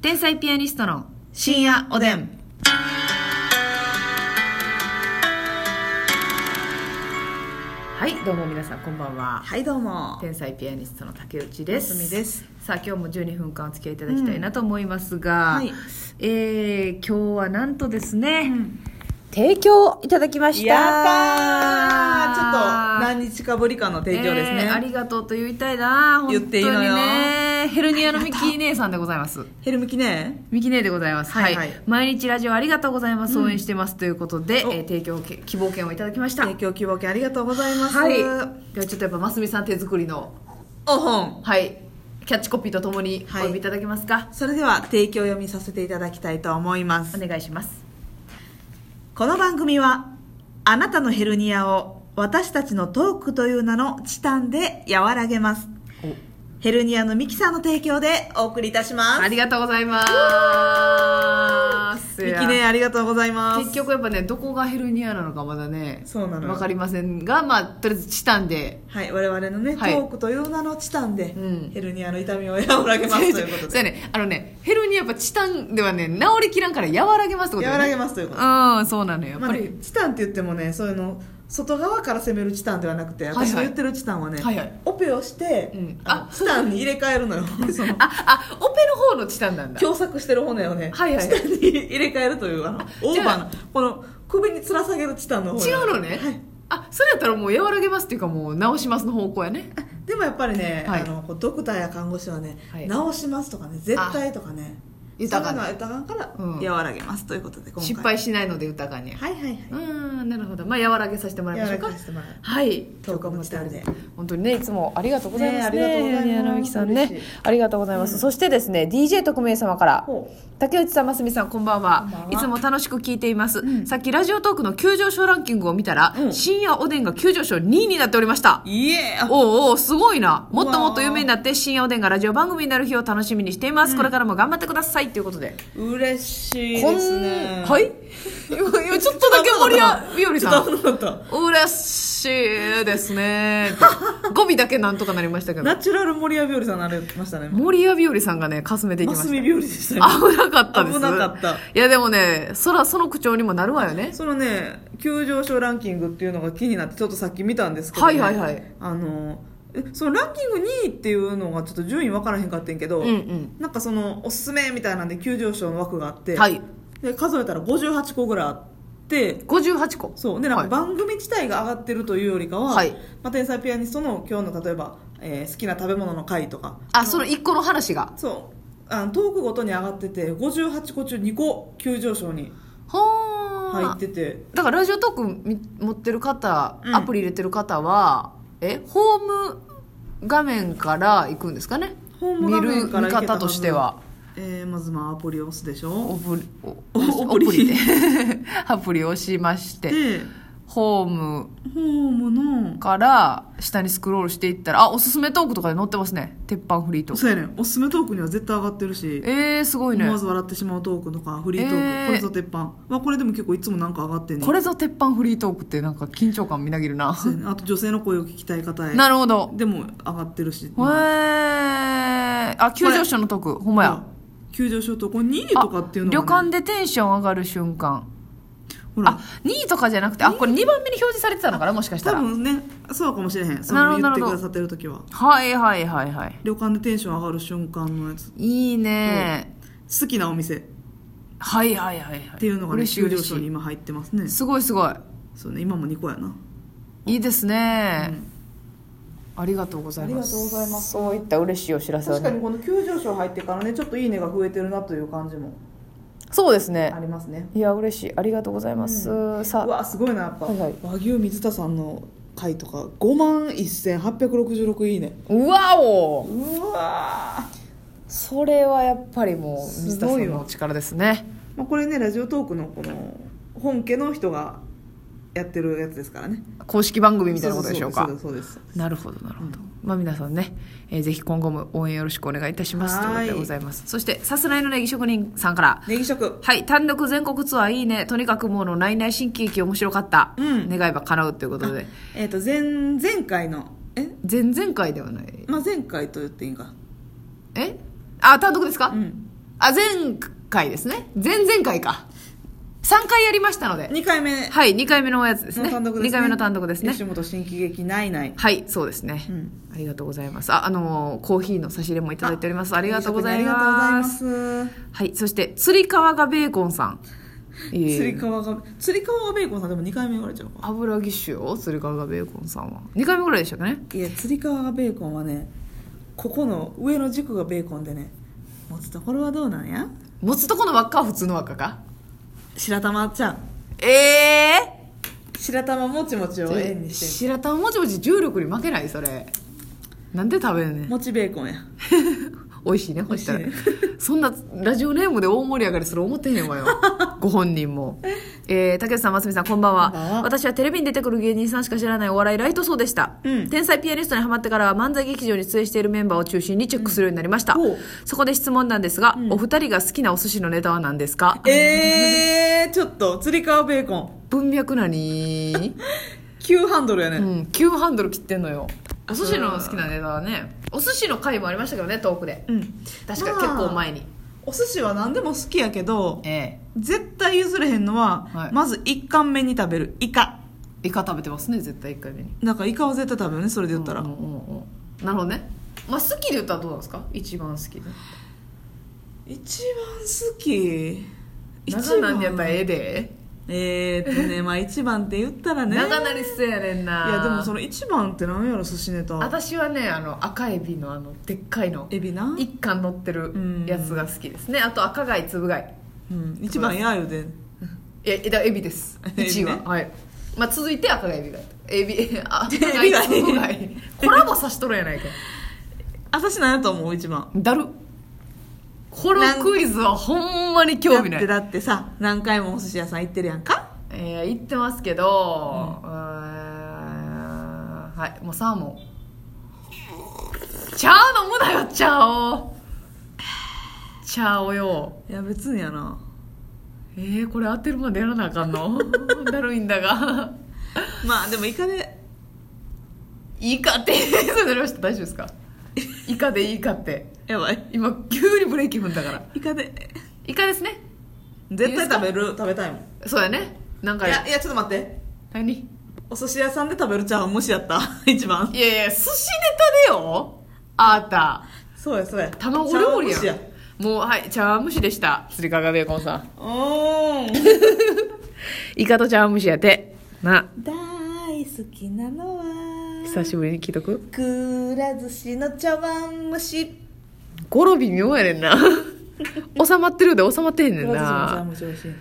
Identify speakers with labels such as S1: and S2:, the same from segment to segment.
S1: 天才ピアニストの
S2: 深夜おでん。
S1: はいどうも皆さんこんばんは
S2: はい、どうも。
S1: 天才ピアニストの竹内です
S2: ますみです
S1: さあ今日も12分間お付き合いいただきたいなと思いますが、
S2: うんはい
S1: えー今日はなんとですね、
S3: 提供いただきました
S2: ーちょっと何日かぶりかの提供ですね。
S1: えーありがとうと言いたいな
S2: 言っていいの
S1: 本当
S2: よ
S1: にねヘルニアのミキ姉さんでござい ます
S2: ヘルムキね。
S1: ミキ姉でございます、は
S2: はいいはい
S1: 毎日ラジオありがとうございます応援してます、ということで、え
S2: お
S1: ー提供け希望券をいただきました
S2: 提供希望券ありがとうございます。
S1: はいではちょっとやっぱますみさん手作りの
S2: おほん。
S1: はいキャッチコピーとともにお
S2: はい
S1: 呼びいただけますか、
S2: それでは提供読みさせていただきたいと思います。
S1: お願いします
S2: この番組はあなたのヘルニアを私たちのトークという名のチタンで和らげますヘルニアのミキさんの提供でお送りいたしま
S1: あ
S2: す
S1: りがとうございます
S2: ミキねありがとうございます
S1: 結局やっぱねどこがヘルニアなのかまだね
S2: そうなのよ
S1: 分かりませんがまあとりあえずチタンで
S2: はい我々のね、
S1: はい
S2: トークという名のチタンで、
S1: うん
S2: ヘルニアの痛みを和らげますということ
S1: そうや
S2: で
S1: ねあのねヘルニアやっぱチタンではね治りきらんから和らげますってこと
S2: 和らげ
S1: す
S2: ますということで、
S1: うんそうなのよやっ
S2: ま
S1: ぱ
S2: あ
S1: り、
S2: ね、チタンって言ってもねそういうの外側から攻めるチタンではなくて
S1: はいはい
S2: 私の言ってるチタンはね、
S1: はいはい
S2: オペをして、
S1: うん
S2: あのチタンに入れ替えるのよそ の
S1: ああオペの方のチタンなんだ
S2: 狭窄してる骨をね、
S1: はいはい
S2: チタンに入れ替えるというあのオ
S1: じ
S2: ー
S1: ゃあ
S2: バーなこの首につら下げるチタンの方
S1: 違うのね、
S2: はい
S1: あそれやったらもう和らげますっていうかもう直しますの方向やね
S2: でもやっぱりね、
S1: はい
S2: あのこうドクターや看護師はね、
S1: はい
S2: 治しますとかね絶対とかね
S1: 豊か
S2: な
S1: な
S2: 豊かだか
S1: うん
S2: ら和らげますということで今回
S1: 失敗しないので豊かに、
S2: はいはいうは
S1: んなるほどまあ和らげさせてもら
S2: い
S1: いま
S2: 和
S1: しょ
S2: ら
S1: うか
S2: げさせてもらう
S1: はい
S2: トークもチタンで
S1: 本当にねいつもありがとうございますね
S2: ねありがとう
S1: ヘル
S2: ございます
S1: ニアのみきさん
S2: 嬉
S1: ね
S2: しい
S3: ありがとうございます、そしてですね DJ 特命様から
S2: ほ
S1: 竹内さん、ますみさん、こんばんは
S2: こんばんはい
S1: つも楽しく聞いています、さっきラジオトークの急上昇ランキングを見たら、
S2: うん
S1: 深夜おでんが急上昇2位になっておりました
S2: ういえあ
S1: おうおうすごいなもっともっ
S2: うわ
S1: と
S2: ー
S1: 有名になって深夜おでんがラジオ番組になる日を楽しみにしています、これからも頑張ってくださいということで
S2: 嬉しい
S1: こん
S2: ですね
S1: はい今今ちょっとだけ盛り上みより
S2: ちょ
S1: さ
S2: っと
S1: ん
S2: 危なかっ
S1: 嬉しいですね って語尾だけなんとかなりましたけ
S2: た
S1: ど
S2: ナチュラル森谷日和さんになりましたね
S1: 森谷日和さんがねかすめていきまし
S2: マ
S1: た
S2: スミ日和でしたね
S1: 危なかったです
S2: 危なかった
S1: いやでもねそらその口調にもなるわよね
S2: そのね急上昇ランキングっていうのが気になってちょっとさっき見たんですけど、
S1: は
S2: ね、
S1: いはいはい
S2: あのえそのランキング2位っていうのがちょっと順位分からへんかってんけど、
S1: うんうん
S2: なんかそのおすすめみたいなんで急上昇の枠があって、
S1: はい
S2: で数えたら58個ぐらいあって
S1: 58個
S2: そうでなん
S1: は
S2: か
S1: い
S2: 番組自体が上がってるというよりかは、
S1: はい
S2: まあ、天才ピアニストの今日の例えば、えー好きな食べ物の回とか
S1: あその1個の話が
S2: そうあのトークごとに上がってて58個中2個急上昇に
S1: ほ
S2: 入
S1: ー
S2: ってて。
S1: だからラジオトークみ持ってる方
S2: うん
S1: アプリ入れてる方は、えホーム画面から行くんですかね
S2: ホーム画
S1: 見
S2: 面
S1: る
S2: から
S1: 見
S2: 行けたはず
S1: 方としては
S2: えー、まずまあアプリを押すでしょ
S1: オプリお
S2: お
S1: オプリで アプリを押しまして
S2: で
S1: ホーム
S2: ホームの
S1: から下にスクロールしていったらあおすすめトークとかで載ってますね鉄板フリートーク
S2: そうやねんおすすめトークには絶対上がってるし
S1: えー、すごいね
S2: 思わず笑ってしまうトークとかフリートーク、
S1: えー
S2: これぞ鉄板、まあ、これでも結構いつもなんか上がってんねん
S1: これぞ鉄板フリートークってなんか緊張感みなぎるな
S2: そうやねんあと女性の声を聞きたい方へ
S1: なるほど
S2: でも上がってるし、
S1: へえあ急上昇のトークほんまや
S2: 急上昇とこれ2位とかっていうの
S1: あ旅
S2: がね、
S1: 館でテンション上がる瞬間
S2: ほ
S1: あ
S2: ら
S1: 2位とかじゃなくてあこれ2番目に表示されてたのかなもしかした
S2: 多
S1: ら
S2: 分ねそうかもしれへんそ
S1: なる
S2: の
S1: ほど
S2: 言って
S1: なるほど
S2: くださってる時は
S1: はいはいはいはい
S2: 旅館でテンション上がる瞬間のやつ
S1: いいね
S2: 好きなお店っ
S1: はいはいはいはいって
S2: いうのが、ね、
S1: 嬉しい
S2: 急上
S1: 嬉し
S2: 昇に
S1: い
S2: 今入ってますね
S1: すごいすごい
S2: そうね今も2個やない
S1: いですね、ありがとうございます
S2: ありがとうございます
S1: そういった嬉しいお知らせはね
S2: 確かにこの急上昇入ってからねちょっといいねが増えてるなという感じも
S1: そうですね
S2: ありますね
S1: いや嬉しいありがとうございます、さ
S2: うわすごいなやっぱ、
S3: はいはい
S2: 和牛水田さんの回とか5万1866いいね
S1: うわお
S2: うわ
S1: それはやっぱりもう水
S2: す
S1: 田さ
S2: ごい
S1: ん
S2: わ
S1: のお力ですね
S2: まあ、これねラジオトークのこの本家の人がやってるやつですからね
S1: 公式番組みたいなことでしょうか
S2: そうですそうですそうです
S1: なるほどなるほど、まあ皆さんね、えーぜひ今後も応援よろしくお願いいたしますというこ
S2: は
S1: と
S2: い
S1: でございますそしてさすらいのネギ職人さんから
S2: ネギ食
S1: はい単独全国ツアーいいねとにかくもうの内々新喜劇面白かった、
S2: うん
S1: 願えば叶うということで
S2: えっ、と前前回のえ、
S1: 前々回ではない
S2: まあ、前回と言っていいんか
S1: えあ単独ですか、
S2: うん
S1: あ、前回ですね。前々回か。3回やりましたので。
S2: 2回目
S1: はい、2回目のおやつです
S2: の
S1: ね。
S2: 単独ですね
S1: 2回目の単独ですね。
S2: 吉本新喜劇ないない
S1: はい、そうですね、
S2: うん
S1: ありがとうございます。あ、あのーコーヒーの差し入れもいただいております。ありがとうござい
S2: ありがとうござい
S1: ま。
S2: ますす
S1: はい、そして、つり革がベーコンさん。いえ
S2: つり革がつり革がベーコンさんでも2回目言われちゃうか
S1: 油ぎっしゅよ、つり革がベーコンさんは。2回目ぐらいでしたかね。
S2: いやつり革がベーコンはねここの上の軸がベーコンでね持つところはどうなんや
S1: 持つとこの輪っかは普通の輪っかか
S2: 白玉ちゃん
S1: ええ
S2: 白玉もちもちを円に
S1: ー、
S2: して
S1: 白玉もちもち重力に負けないそれなんで食べんねん
S2: もちベーコンや
S1: 美味しいねほしたら、
S2: 美味
S1: そんなラジオネームで大盛り上がりする思ってへんわ よご本人も、えー、竹内さんますみさんこんばんは
S2: こんばんは
S1: 私はテレビに出てくる芸人さんしか知らないお笑いライト層でした、
S2: うん
S1: 天才ピアニストにハマってからは漫才劇場に出演しているメンバーを中心にチェックするようになりました、
S2: うんおう
S1: そこで質問なんですが、お二人が好きなお寿司のネタは何ですか
S2: えー、ちょっとつり革ベーコン
S1: 文脈な に
S2: 急ハンドルやね、
S1: うん急ハンドル切ってんのよお寿司の好きなネタはねお寿司の回もありましたけどねトークで
S2: うん
S1: 確か
S2: まあ
S1: 結構前に
S2: お寿司は何でも好きやけど
S1: ええ
S2: 絶対譲れへんのは、
S1: はい
S2: まず1貫目に食べるイカ
S1: イカ食べてますね絶対1回目に
S2: なんかイカは絶対食べるねそれで言ったら、
S1: うんうんうんうんなるほどねまあ好きで言ったらどうなんですか一番好きで
S2: 一番好き
S1: 長なんでやっぱええで、
S2: えーっとねまあ一番って言ったらね
S1: 長なりそうやねんないい
S2: やでもその一番ってなんやろ寿司ネタ
S1: 私はねあの赤エビのあのでっかいの
S2: エビな、
S1: 一貫乗ってるやつが好きですねあと赤貝粒貝
S2: うん、一番やよで
S1: えだからエビです
S2: エビね
S1: 1位は、はい、まあ、続いて赤貝エビ貝エビあ赤
S2: エビ貝
S1: 粒貝コラボさしとるやないか
S2: 私なんやと思う一番
S1: だるこのクイズはほんまに興味ない
S2: だってだってさ何回もお寿司屋さん行ってるやんか
S1: えー、言ってますけど、うーん、はいもうサーモン茶飲むなよ茶を茶をよ
S2: いや別にやな
S1: えー、これ当てるまでやらなあかん のだるいんだが
S2: まあでもイカで
S1: イカってそうなりました大丈夫ですかイカでいいかって
S2: やばい
S1: 今急にブレーキ踏んだから
S2: イカで
S1: イカですね
S2: 絶対食べる食べたいもん、
S1: そうやねなんか
S2: いやいやちょっと待って
S1: 何い
S2: お寿司屋さんで食べるチャーハン無視やった 一番
S1: やいや寿司ネタでよあーた
S2: そうやそうや
S1: 卵料理や
S2: 茶碗蒸しや
S1: んもうはい茶碗蒸しでしたすりかがベーコンさん
S2: おーん
S1: イカと茶碗蒸しやてな
S2: 大好きなのは
S1: 久しぶりに聞いとく
S2: くら寿司の茶碗蒸し
S1: 語呂微妙やねん な収まってるで収まってへんねんな
S2: 蒸し美味しい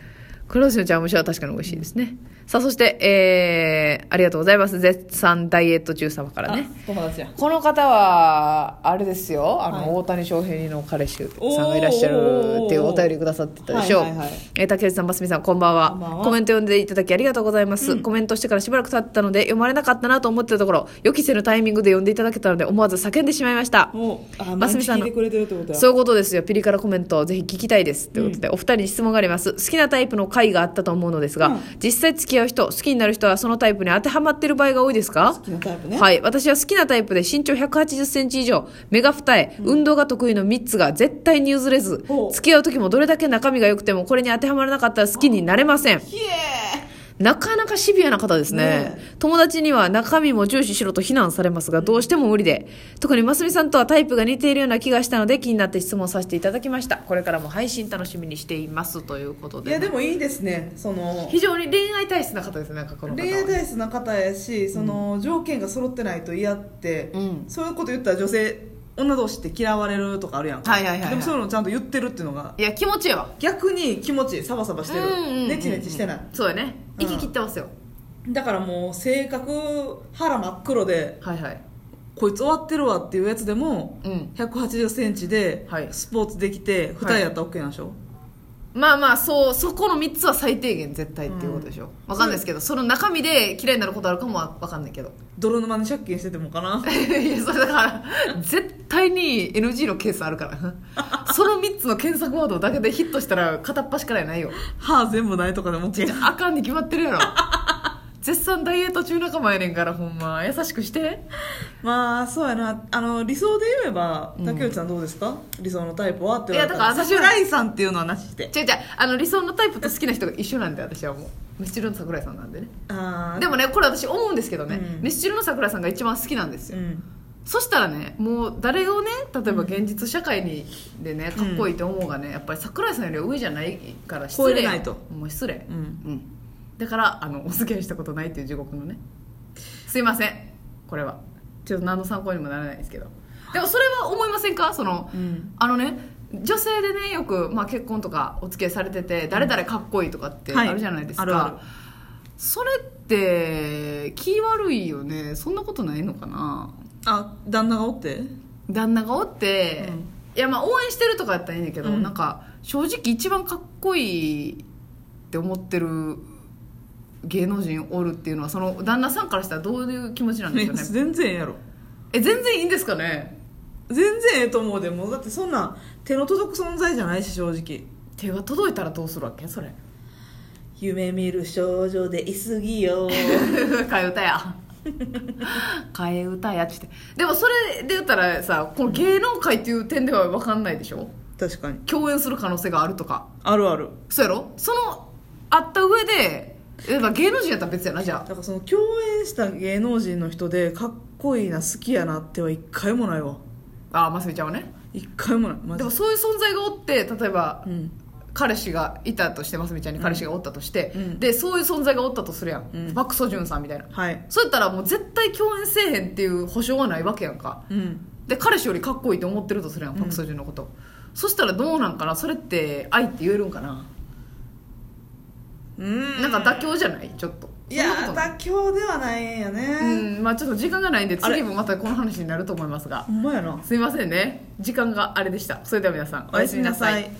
S1: 黒寿司の茶碗蒸しは確かに美味しいですねさあそしてえー、ありがとうございます絶賛ダイエット中様からね
S2: 友達や
S1: この方はあれですよあの、
S2: はい
S1: 大谷翔平の彼氏さんがいらっしゃるっていうお便りくださってたでしょう、
S2: はいはいはい
S1: えー竹内さん真澄さんこんばんは
S2: こんばんは
S1: コメント読んでいただきありがとうございます、コメントしてからしばらく経ったので読まれなかったなと思ってたところ予期せぬタイミングで読んでいただけたので思わず叫んでしまいました
S2: もうあ
S1: マス
S2: 毎
S1: ミ
S2: 日
S1: さん
S2: 聞
S1: の
S2: いてくれてるってことや
S1: そういうことですよ。ピリ辛コメントをぜひ聞きたいです。ということで、お二人に質問があります。好きなタイプの回があったと思うのですが、
S2: うん
S1: 実際付き合う人、好きになる人はそのタイプに当てはまっている場合が多いですか
S2: 好きなタイプね
S1: はい。私は好きなタイプで身長180センチ以上、目が二重、運動が得意の3つが絶対に譲れず
S2: ほ、う
S1: 付き合う時もどれだけ中身が良くてもこれに当てはまらなかったら好きになれません。
S2: イエ
S1: なかなかシビアな方ですね
S2: ね
S1: 友達には中身も重視しろと非難されますがどうしても無理で特にますみさんとはタイプが似ているような気がしたので気になって質問させていただきましたこれからも配信楽しみにしていますということ
S2: ーい
S1: で
S2: やでもいいですねその
S1: 非常に恋愛体質な方ですねなんかこの方は
S2: 恋愛体質な方やしその条件が揃ってないと嫌って
S1: うん
S2: そういうこと言ったら女性女同士って嫌われるとかあるやんか
S1: はいはいはいはい
S2: でもそういうのちゃんと言ってるっていうのが
S1: いや気持ちいいわ
S2: 逆に気持ちいいサバサバして
S1: うんうんうんう
S2: る
S1: ん
S2: ネチネチしてない
S1: そうやね
S2: うん
S1: 息切ってますよ、
S2: だからもう性格腹真っ黒で
S1: はいはい
S2: こいつ終わってるわっていうやつでも
S1: うん
S2: 1 8 0ンチで
S1: はい
S2: スポーツできて2人やったら OK なんでしょ、
S1: まあまあそうそこの3つは最低限絶対っていうことでしょ、わかんないですけどその中身で嫌いになることあるかもわわかんないけど
S2: 泥沼に借金しててもかな
S1: いやそれだから絶対に NG のケースあるから その3つの検索ワードだけでヒットしたら片っ端からやないよ
S2: 歯全部ないとかでも OK
S1: あかんに決まってるやろ絶賛ダイエット中仲間やねんからほんま優しくして
S2: まあそうやなあの理想で言えば竹内さんどうですか、理想のタイプはって言われた
S1: いやだから私は
S2: 桜井さんっていうのはなしして
S1: 違う違うあの理想のタイプと好きな人が一緒なんで私はもうミスチルの桜井さんなんでね
S2: ああ
S1: でもねこれ私思うんですけどね、
S2: うん
S1: ミスチルの桜井さんが一番好きなんです
S2: う
S1: よ、
S2: ん
S1: そしたらねもう誰をね例えば現実社会にでねかっこいいと思うがねやっぱり桜井さんより上じゃないから失
S2: 超え
S1: 礼
S2: れないと
S1: もう失礼
S2: うん
S1: うんだからあのお付き合いしたことないっていう地獄のねすいませんこれはちょっと何の参考にもならないですけどでもそれは思いませんかその、
S2: うん
S1: あのね女性でねよく、まあ、結婚とかお付き合いされてて誰々かっこいいとかって
S2: はい
S1: あるじゃないですか、
S2: あるある
S1: それって気悪いよねそんなことないのかな
S2: あ旦那がおって
S1: 旦那がおって、
S2: うん
S1: いやまあ応援してるとかやったらいいんだけど、
S2: うん
S1: なんか正直一番かっこいいって思ってる芸能人おるっていうのはその旦那さんからしたらどういう気持ちなんですかね
S2: 全然ええやろ
S1: え全然いいんですかね
S2: 全然ええと思うでもうだってそんな手の届く存在じゃないし正直
S1: 手が届いたらどうするわけそれ
S2: 夢見る少女でいすぎよ
S1: 替え歌 や替え歌やっちってでもそれで言ったらさこの芸能界っていう点では分かんないでしょ
S2: 確かに
S1: 共演する可能性があるとか
S2: あるある
S1: そうやろそのあった上でえまあ芸能人やったら別やなじゃ
S2: だ
S1: あ
S2: からその共演した芸能人の人でかっこいいな好きやなっては一回もないわ
S1: ああますみちゃんはね
S2: 一回もないマ
S1: で
S2: ジ
S1: もそういう存在がおって例えば、
S2: うん
S1: 彼氏がいたとしてますみちゃんに彼氏がおったとして、
S2: うん
S1: でそういう存在がおったとするやん、
S2: うん
S1: パク・ソジュンさんみたいな
S2: はい
S1: そうやったらもう絶対共演せえへんっていう保証はないわけやんか
S2: うん
S1: で彼氏よりかっこいいと思ってるとするやんパク・ソジュンのこと、そしたらどうなんかなそれって愛って言えるんかな、
S2: うん
S1: なんか妥協じゃないちょっと
S2: いや
S1: そんなこ
S2: 妥協ではないんや
S1: とない
S2: ね、
S1: うんまあちょっと時間がないんで
S2: あれ
S1: 次もまたこの話になると思いますが
S2: ほんまやな
S1: すいませんね時間があれでしたそれでは皆さん
S2: おやすみなさ
S1: おや
S2: い